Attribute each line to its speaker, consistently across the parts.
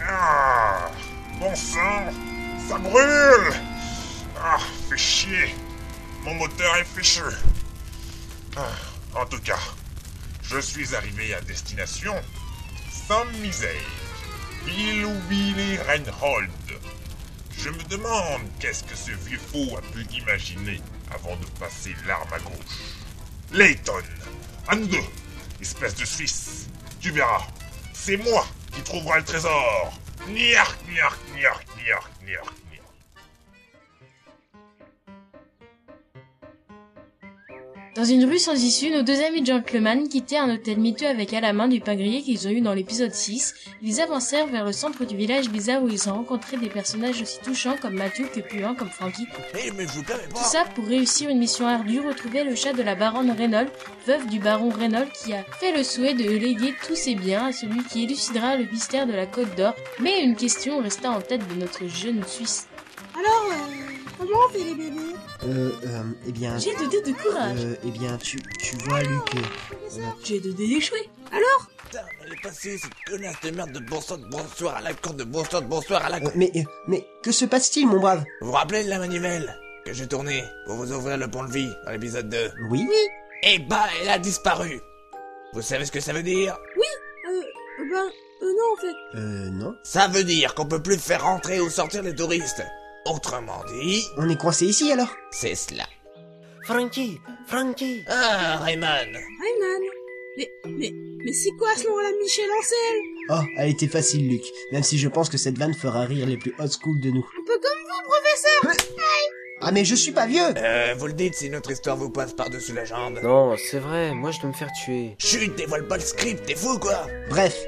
Speaker 1: Ah, sang Ça brûle Ah, fais chier Mon moteur est fichu Ah, En tout cas, je suis arrivé à destination sans misère. Ville ou Billy Reinhold. Je me demande qu'est-ce que ce vieux fou a pu imaginer avant de passer l'arme à gauche. Layton, à nous deux, espèce de Suisse. Tu verras, c'est moi qui trouvera le trésor. Niark, niark, niark, niark, niark, niark.
Speaker 2: Dans une rue sans issue, nos deux amis gentlemen quittèrent un hôtel miteux avec à la main du pain grillé qu'ils ont eu dans l'épisode 6. Ils avancèrent vers le centre du village bizarre où ils ont rencontré des personnages aussi touchants comme Mathieu que puants comme Frankie.
Speaker 3: Eh, mais vous savez
Speaker 2: Tout ça pour réussir une mission ardue, retrouver le chat de la baronne Reynolds, veuve du baron Reynolds qui a fait le souhait de léguer tous ses biens à celui qui élucidera le mystère de la Côte d'Or. Mais une question resta en tête de notre jeune Suisse.
Speaker 4: Alors, euh, comment on fait les bébés
Speaker 3: Euh, euh, eh bien.
Speaker 2: J'ai donné de courage.
Speaker 3: Euh, eh bien, tu, tu vois, Luc. euh,
Speaker 2: J'ai donné d'échouer.
Speaker 4: Alors
Speaker 5: Putain, elle est passée, cette connasse de merde de bon sang de bonsoir à la con de bon sang de bonsoir à la
Speaker 3: euh,
Speaker 5: con.
Speaker 3: mais, euh, mais que se passe-t-il, mon brave
Speaker 5: Vous vous rappelez de la manivelle que j'ai tournée pour vous ouvrir le pont-levis dans l'épisode 2
Speaker 3: Oui
Speaker 5: Eh bah, elle a disparu Vous savez ce que ça veut dire
Speaker 4: Euh, ben, euh, non en fait.
Speaker 3: Euh, non.
Speaker 5: Ça veut dire qu'on peut plus faire rentrer ou sortir les touristes. Autrement dit,
Speaker 3: On est coincé ici, alors
Speaker 5: c'est cela.
Speaker 6: Frankie, Frankie,
Speaker 5: Ah, Rayman
Speaker 4: Rayman. Mais, mais, mais c'est quoi ce nom à la Michel Ancel
Speaker 3: Oh, elle était facile, Luc. Même si je pense que cette vanne fera rire les plus old school de nous.
Speaker 4: Un peu comme vous, professeur
Speaker 3: Ah, mais je suis pas vieux
Speaker 5: Euh, vous le dites si notre histoire vous passe par-dessus la jambe.
Speaker 6: Non, c'est vrai, moi je dois me faire tuer.
Speaker 5: Chut, dévoile pas le script, t'es fou quoi
Speaker 3: Bref,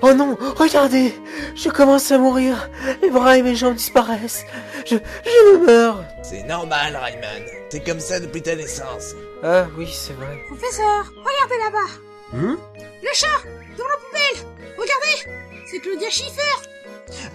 Speaker 6: Oh non, regardez Je commence à mourir Mes bras et mes jambes disparaissent Je, je meurs
Speaker 5: C'est normal, Rayman. C'est comme ça depuis ta naissance.
Speaker 6: Ah oui, c'est vrai.
Speaker 4: Professeur, regardez là-bas
Speaker 3: Hmm
Speaker 4: Le chat Dans la poubelle Regardez C'est Claudia Schiffer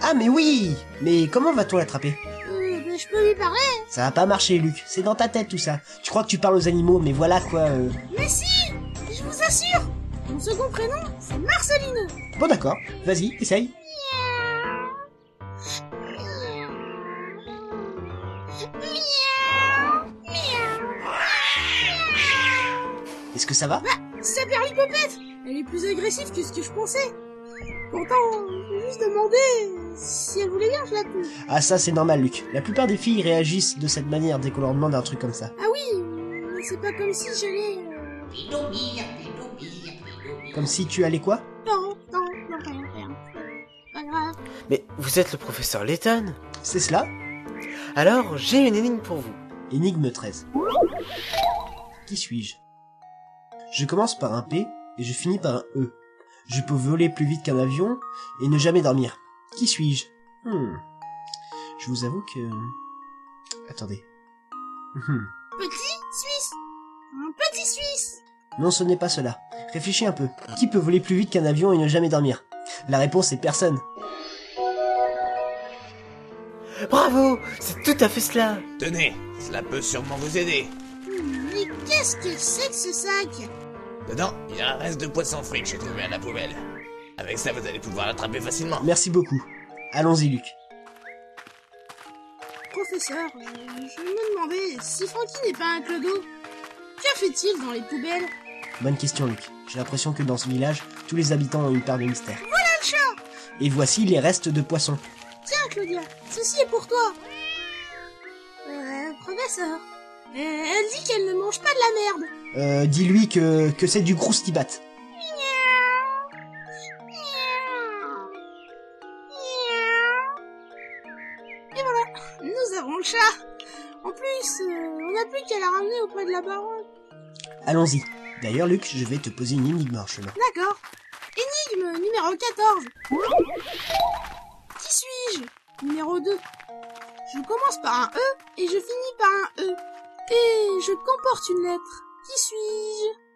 Speaker 3: Ah, mais oui Mais comment va-t-on l'attraper
Speaker 4: Euh, ben, je peux lui parler
Speaker 3: Ça va pas marcher, Luc. C'est dans ta tête, tout ça. Tu crois que tu parles aux animaux, mais voilà quoi. euh.
Speaker 4: Mais si Je vous assure Mon second prénom, c'est Marceline
Speaker 3: Bon, d'accord. Vas-y, essaye. Est-ce que ça va
Speaker 4: C'est Perly Popette Elle est plus agressive que ce que je pensais Pourtant, j'ai juste demandé si elle voulait bien que je la pue.
Speaker 3: Ah ça c'est normal Luc. La plupart des filles réagissent de cette manière dès qu'on leur demande un truc comme ça.
Speaker 4: Ah oui, mais c'est pas comme si j'allais... euh,
Speaker 3: Comme si tu allais quoi
Speaker 4: Non, non, non, pas rien faire. Pas grave.
Speaker 6: Mais vous êtes le professeur Letton
Speaker 3: C'est cela
Speaker 6: Alors, j'ai une énigme pour vous.
Speaker 3: Énigme 13. Qui suis-je Je commence par un P et je finis par un E. Je peux voler plus vite qu'un avion et ne jamais dormir. Qui suis-je Hmm. Je vous avoue que... Attendez. Hmm.
Speaker 4: Petit Suisse Un petit Suisse
Speaker 3: Non, ce n'est pas cela. Réfléchis un peu. Qui peut voler plus vite qu'un avion et ne jamais dormir La réponse est personne.
Speaker 6: Bravo C'est tout à fait cela
Speaker 5: Tenez, cela peut sûrement vous aider.
Speaker 4: Hmm, Mais qu'est-ce que c'est que ce sac
Speaker 5: Dedans, il y a un reste de poisson frit que j'ai trouvé à la poubelle. Avec ça, vous allez pouvoir l'attraper facilement.
Speaker 3: Merci beaucoup. Allons-y Luc.
Speaker 4: Professeur, euh, je me demandais si Francky n'est pas un clodo. Que fait-il dans les poubelles
Speaker 3: Bonne question, Luc. J'ai l'impression que dans ce village, tous les habitants ont une part de mystère. Voilà
Speaker 4: le chat
Speaker 3: Et voici les restes de poissons.
Speaker 4: Tiens, Claudia, ceci est pour toi. Euh, professeur, euh, elle dit qu'elle ne mange pas de la merde.
Speaker 3: Euh, dis-lui que, que c'est du croustibat.
Speaker 4: Nous avons le chat. En plus, euh, on n'a plus qu'à la ramener auprès de la baronne.
Speaker 3: Allons-y. D'ailleurs, Luc, je vais te poser une énigme en chemin.
Speaker 4: D'accord. Énigme numéro 14. Qui suis-je Numéro 2. Je commence par un E et je finis par un E. Et je comporte une lettre. Qui suis-je